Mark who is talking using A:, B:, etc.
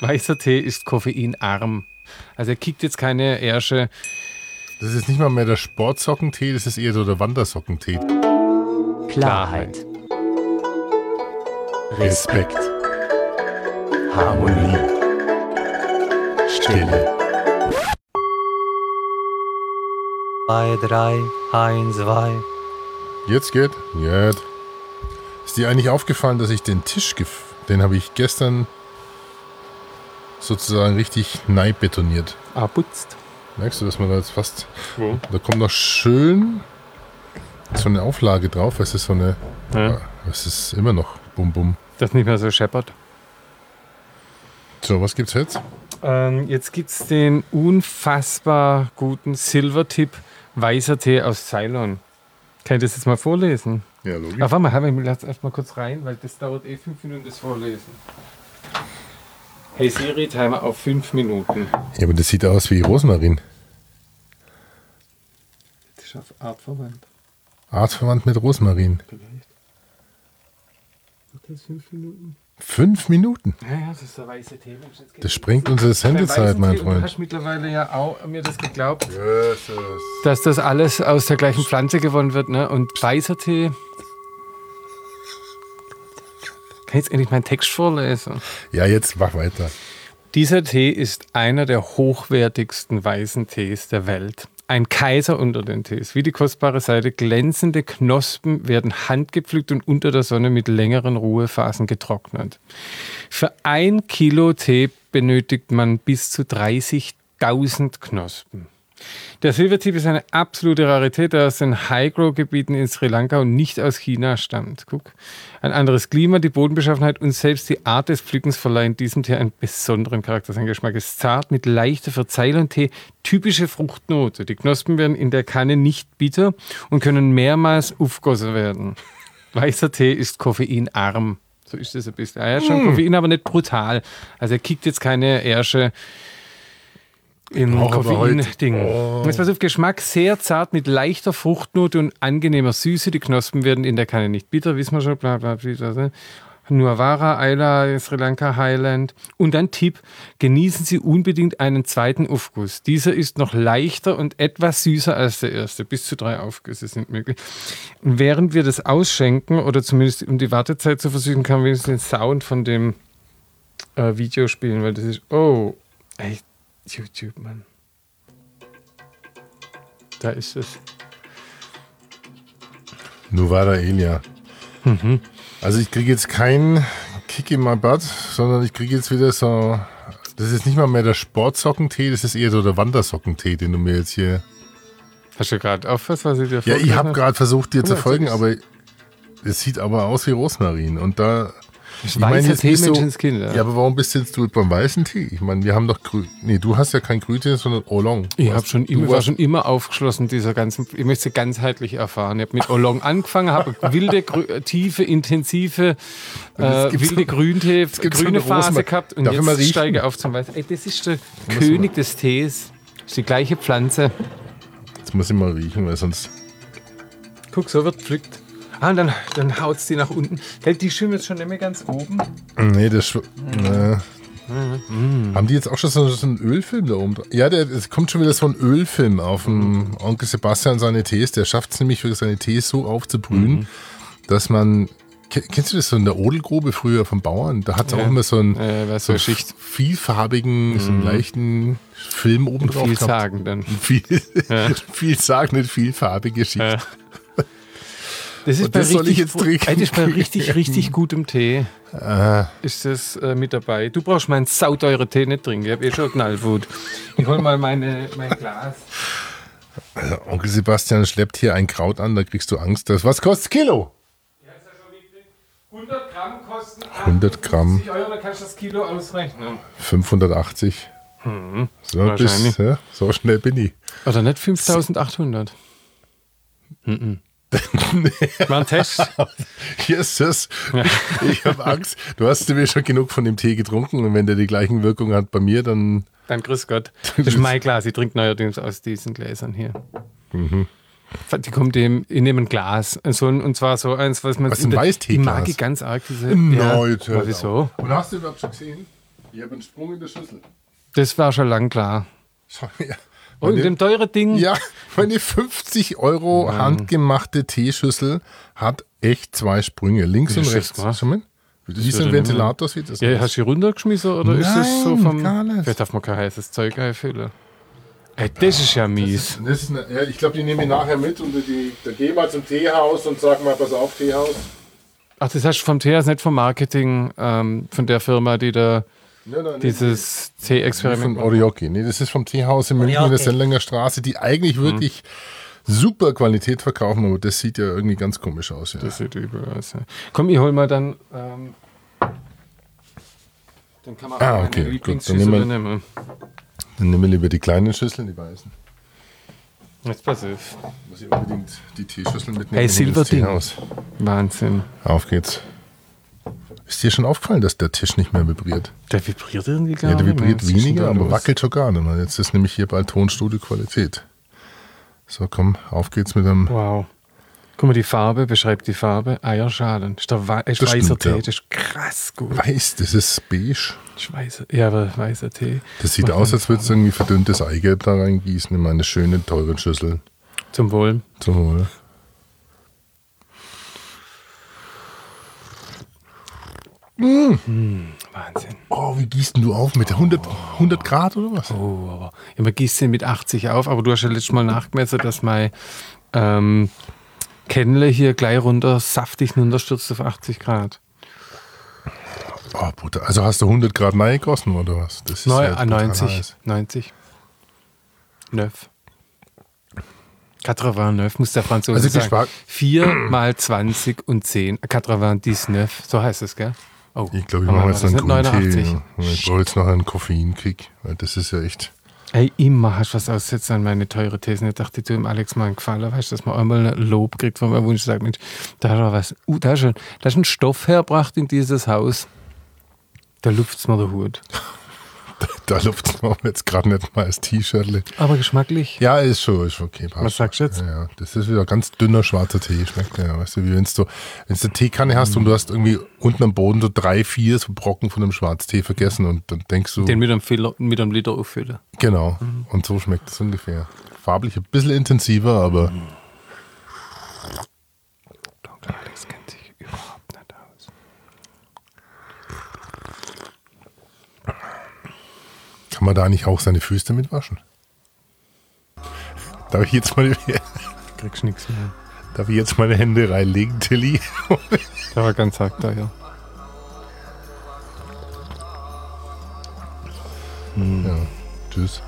A: Weißer Tee ist koffeinarm. Also er kickt jetzt keine Ärsche.
B: Das ist nicht mal mehr der Sportsockentee, das ist eher so der Wandersockentee.
C: Klarheit,
B: Respekt,
C: Harmonie,
B: Stille.
C: 2, 3, 1, 2.
B: Jetzt geht? Jetzt. Ist dir eigentlich aufgefallen, dass ich den Tisch, gef den habe ich gestern sozusagen richtig neib betoniert.
A: Ah, putzt.
B: Merkst du, dass man da jetzt fast.
A: Wo?
B: Da kommt noch schön so eine Auflage drauf. Es ist so eine. Ah,
A: Ja.
B: Es ist immer noch bum bum.
A: Das nicht mehr so scheppert.
B: So, was gibt's jetzt?
A: Ähm, jetzt gibt es den unfassbar guten Silvertip Weißer Tee aus Ceylon. Kann ich das jetzt mal vorlesen?
B: Ja,
A: Ach,
B: logisch.
A: warte mal, halt mal, ich lass erst mal kurz rein, weil das dauert eh fünf Minuten, das Vorlesen. Hey Siri, Timer auf fünf Minuten.
B: Ja, aber das sieht aus wie Rosmarin.
A: Das ist auf Art verwandt,
B: Artverwandt mit Rosmarin.
A: vielleicht. Hat das fünf Minuten?
B: Fünf Minuten.
A: Ja, ja, das ist der weiße Tee. Mensch, jetzt geht's.
B: Das sprengt unsere
A: Beim
B: Sendezeit,
A: weißen
B: mein
A: Tee, und Du
B: Freund.
A: hast mittlerweile ja auch mir das geglaubt,
B: Jesus.
A: dass das alles aus der gleichen Pflanze gewonnen wird, ne? Und weißer Tee. Kann ich jetzt endlich meinen Text vorlesen?
B: Ja, jetzt mach weiter.
A: Dieser Tee ist einer der hochwertigsten weißen Tees der Welt. Ein Kaiser unter den Tees. Wie die kostbare Seite glänzende Knospen werden handgepflückt und unter der Sonne mit längeren Ruhephasen getrocknet. Für ein Kilo Tee benötigt man bis zu 30.000 Knospen. Der Silvertip ist eine absolute Rarität, der aus den High-Grow-Gebieten in Sri Lanka und nicht aus China stammt. Guck. Ein anderes Klima, die Bodenbeschaffenheit und selbst die Art des Pflückens verleihen diesem Tee einen besonderen Charakter. Sein Geschmack ist zart, mit leichter Verzeilung Tee, typische Fruchtnote. Die Knospen werden in der Kanne nicht bitter und können mehrmals aufgossen werden. Weißer Tee ist koffeinarm. So ist es ein bisschen. Ah, ja, schon Koffein, aber nicht brutal. Also er kickt jetzt keine Ärsche in
B: brauch aber
A: Koffein-Ding.
B: heute- Oh.
A: Jetzt pass auf, Geschmack sehr zart mit leichter Fruchtnote und angenehmer Süße. Die Knospen werden in der Kanne nicht bitter, wissen wir schon. Bla, bla, bla, bla, bla. Nuawara, Ayla, Sri Lanka, Highland. Und dann Tipp, genießen Sie unbedingt einen zweiten Aufguss. Dieser ist noch leichter und etwas süßer als der erste. Bis zu drei Aufgüsse sind möglich. Und während wir das ausschenken oder zumindest um die Wartezeit zu versüßen, kann man wenigstens den Sound von dem äh, Video spielen, weil das ist, oh, echt YouTube, Mann. Da ist es.
B: Novara Elia. Also ich kriege jetzt keinen Kick in my butt, sondern ich kriege jetzt wieder so. Das ist nicht mal mehr der Sportsockentee, das ist eher so der Wandersockentee, den du mir jetzt hier.
A: Hast du gerade auf was, was ich dir
B: Ja, ich
A: vorgelesen
B: habe gerade versucht, dir zu
A: mal,
B: folgen,
A: das ist-
B: aber es sieht aber aus wie Rosmarin. Und da. Ich
A: weißer
B: jetzt
A: Tee,
B: nicht so,
A: Menschenskind, ja.
B: Ja, aber warum bist jetzt du jetzt beim weißen Tee? Ich meine, wir haben doch grün. Nee, du hast ja kein Grüntee, sondern Oolong.
A: Ich
B: Du
A: habe
B: hast-
A: schon
B: du
A: immer, war
B: warst-
A: schon immer aufgeschlossen dieser ganzen. Ich möchte sie ganzheitlich erfahren. Ich habe mit Oolong angefangen, habe wilde, grü- äh, tiefe, intensive, äh,
B: jetzt gibt's
A: wilde
B: so-
A: Grüntee,
B: gibt's so
A: grüne
B: eine
A: Phase
B: Rosmarin.
A: gehabt und
B: Darf ich mal
A: jetzt
B: riechen?
A: steige ich auf zum Weißen. Ey, das ist der König des Tees. Ist die gleiche Pflanze.
B: Jetzt muss ich mal riechen, weil sonst.
A: Guck, so wird pflückt. Ah, und dann, dann haut es die nach unten. Hält die schimmelt schon immer ganz oben.
B: Nee, das. schw- Nee.
A: Mhm.
B: Haben die jetzt auch schon so, so einen Ölfilm da oben? dra- Ja, der, es kommt schon wieder so ein Ölfilm auf dem Onkel Sebastian seine Tees. Der schafft es nämlich, wirklich seine Tees so aufzubrühen,
A: Mhm.
B: dass man. Ke- Kennst du das so in der Odelgrube früher vom Bauern? Da hat es auch immer so einen,
A: Ja, weißt
B: so
A: du,
B: einen
A: Schicht.
B: vielfarbigen, so einen leichten Film oben drauf.
A: Viel
B: gehabt.
A: sagen dann.
B: Viel, viel sagen, nicht vielfarbige Schicht.
A: Ja. Äh. Das ist
B: Und
A: bei
B: das
A: richtig,
B: soll ich jetzt trinken?
A: Ey, das ist bei richtig, richtig gutem Tee. Ist das äh, mit dabei? Du brauchst meinen sauteure Tee nicht trinken. Ich habe eh schon Knallwut. Ich hol mal meine, mein Glas.
B: Also, Onkel Sebastian schleppt hier ein Kraut an, da kriegst du Angst. Das, was kostet Kilo?
A: 100 Gramm kosten
B: 100 Gramm.
A: 50 Euro, da kannst du das Kilo ausrechnen.
B: 580. So,
A: Mhm. Wahrscheinlich.
B: bis, ja, so schnell bin ich.
A: Oder nicht 5800? Mhm. War ein Test.
B: Yes, yes. Ich habe Angst. Du hast mir schon genug von dem Tee getrunken und wenn der die gleichen Wirkungen hat bei mir, dann Mhm.
A: Dann grüß Gott. Das ist mein Glas. Ich trinke neuerdings aus diesen Gläsern hier. Die kommt dem in einem Glas. So ein, und zwar so eins, was man.
B: Was, ein
A: der- Ich
B: Weißteeglas?
A: mag ich ganz arg diese.
B: No, jetzt
A: ja,
B: hört
A: aber wieso?
B: auf. Und hast du überhaupt schon gesehen? Ich habe einen Sprung in der Schüssel.
A: Das war schon lang klar.
B: Schau her.
A: Und
B: Meine-
A: mit dem teuren Ding.
B: ja, meine 50 Euro handgemachte Teeschüssel hat echt zwei Sprünge, links
A: Wie
B: und
A: hast du das
B: rechts.
A: gemacht?
B: Schau mal. Wie so
A: würde
B: ein
A: ich
B: Ventilator sieht das
A: Ja,
B: aus.
A: hast du die runtergeschmissen oder ist das so
B: Nein,
A: vom.
B: gar nicht.
A: Vielleicht darf man kein heißes Zeug einfüllen. Ey, das ist ja mies.
B: Das ist eine, ja, ich glaube, die nehme ich nachher mit und die, da geh mal zum Teehaus und sag mal, pass auf, Teehaus.
A: Ach, das hast du vom TS, nicht vom Marketing, ähm, von der Firma, die da
B: Nein, nein,
A: dieses
B: nee, von
A: Tee-Experiment macht.
B: Orioki. Nee, das ist vom Teehaus in München in der
C: Orioki.
B: Sendlinger Straße, die
A: Mhm.
B: eigentlich wirklich super Qualität verkaufen, aber das sieht ja irgendwie ganz komisch aus. Ja.
A: Das sieht übel aus. Ja. Komm, ich hol mal dann. Ähm, dann kann man
B: Ah,
A: meine
B: okay, gut,
A: Lieblingsschüssel
B: dann nehmen
A: nehmen.
B: Dann nehmen wir lieber die kleinen Schüsseln, die weißen.
A: Jetzt pass auf.
B: Muss ich unbedingt die Teeschüssel mitnehmen.
A: Hey,
B: in das
A: Silberding.
B: Teehaus.
A: Wahnsinn.
B: Auf geht's. Ist dir schon aufgefallen, dass der Tisch nicht mehr vibriert?
A: Der vibriert irgendwie gar
B: Ja, der
A: nicht mehr.
B: vibriert
A: Was ist denn
B: weniger,
A: da
B: aber
A: los?
B: wackelt schon gar nicht mehr. Jetzt ist nämlich hier bald Tonstudio-Qualität. So, komm, auf geht's mit dem.
A: Wow. Guck mal, die Farbe beschreibt die Farbe. Eierschalen. Ist der Wei ist
B: Das
A: weißer
B: stimmt,
A: Tee.
B: ja.
A: Das ist krass gut.
B: Weiß, das ist beige.
A: Ist weißer, ja, aber weißer Tee.
B: Das sieht aus, als würdest du irgendwie verdünntes Eigelb da reingießen in meine schöne, teuren Schüssel.
A: Zum Wohl.
B: Zum Wohl.
A: Wahnsinn.
B: Oh, wie gießt denn du auf? Mit 100, 100 Grad oder was?
A: Oh, aber ja, man gießt den mit 80 auf, aber du hast ja letztes Mal nachgemessen, dass mein ähm, Kennle hier gleich runter saftig runterstürzt auf 80 Grad.
B: Oh, Bruder. Also hast du 100 Grad neu gegossen oder was? Das ist
A: Neu,
B: halt
A: ah,
B: brutal
A: 90.
B: heiß.
A: 90. Neuf. 89 muss der Franzose
B: Also die
A: sagen.
B: Spar-
A: 4 mal 20 und 10. 89, so heißt es, gell? Oh,
B: Ich glaube, ich
A: aber
B: mache jetzt
A: das
B: noch einen
A: sind
B: grünen Tee. ja. Ich brauche jetzt noch einen Koffeinkick. weil Das ist ja echt.
A: Ey, immer hast du was aussetzt an meine teure Thesen. Ich dachte, ich tue dem Alex mal einen Gefallen, weißt du, dass man einmal ein Lob kriegt, wenn man Wunsch sagt, Mensch, da hat er was, uh, da ist ein, da ist ein Stoff hergebracht in dieses Haus. Da lupft's mir der Hut.
B: Da lupft man jetzt gerade nicht mal als T-Shirt.
A: Aber geschmacklich.
B: Ja, ist schon, ist okay. Passt.
A: Was sagst du jetzt?
B: Ja, ja, das ist wieder ganz dünner schwarzer Tee. Schmeckt ja, weißt du, wie wenn du, wenn du eine Teekanne hast und du hast irgendwie unten am Boden so drei, vier so Brocken von einem Schwarztee vergessen und dann denkst du,
A: Den mit einem, Filler, mit einem Liter auffüllen.
B: genau. Und so schmeckt es ungefähr. Farblich ein bisschen intensiver, aber
A: Dr. Alex kennt sich überhaupt nicht aus.
B: kann man da nicht auch seine Füße damit waschen? Darf ich jetzt mal,
A: Kriegst nichts mehr.
B: darf ich jetzt meine Hände reinlegen, Tilly?
A: Der war ganz hart da, ja.
B: Ja, tschüss.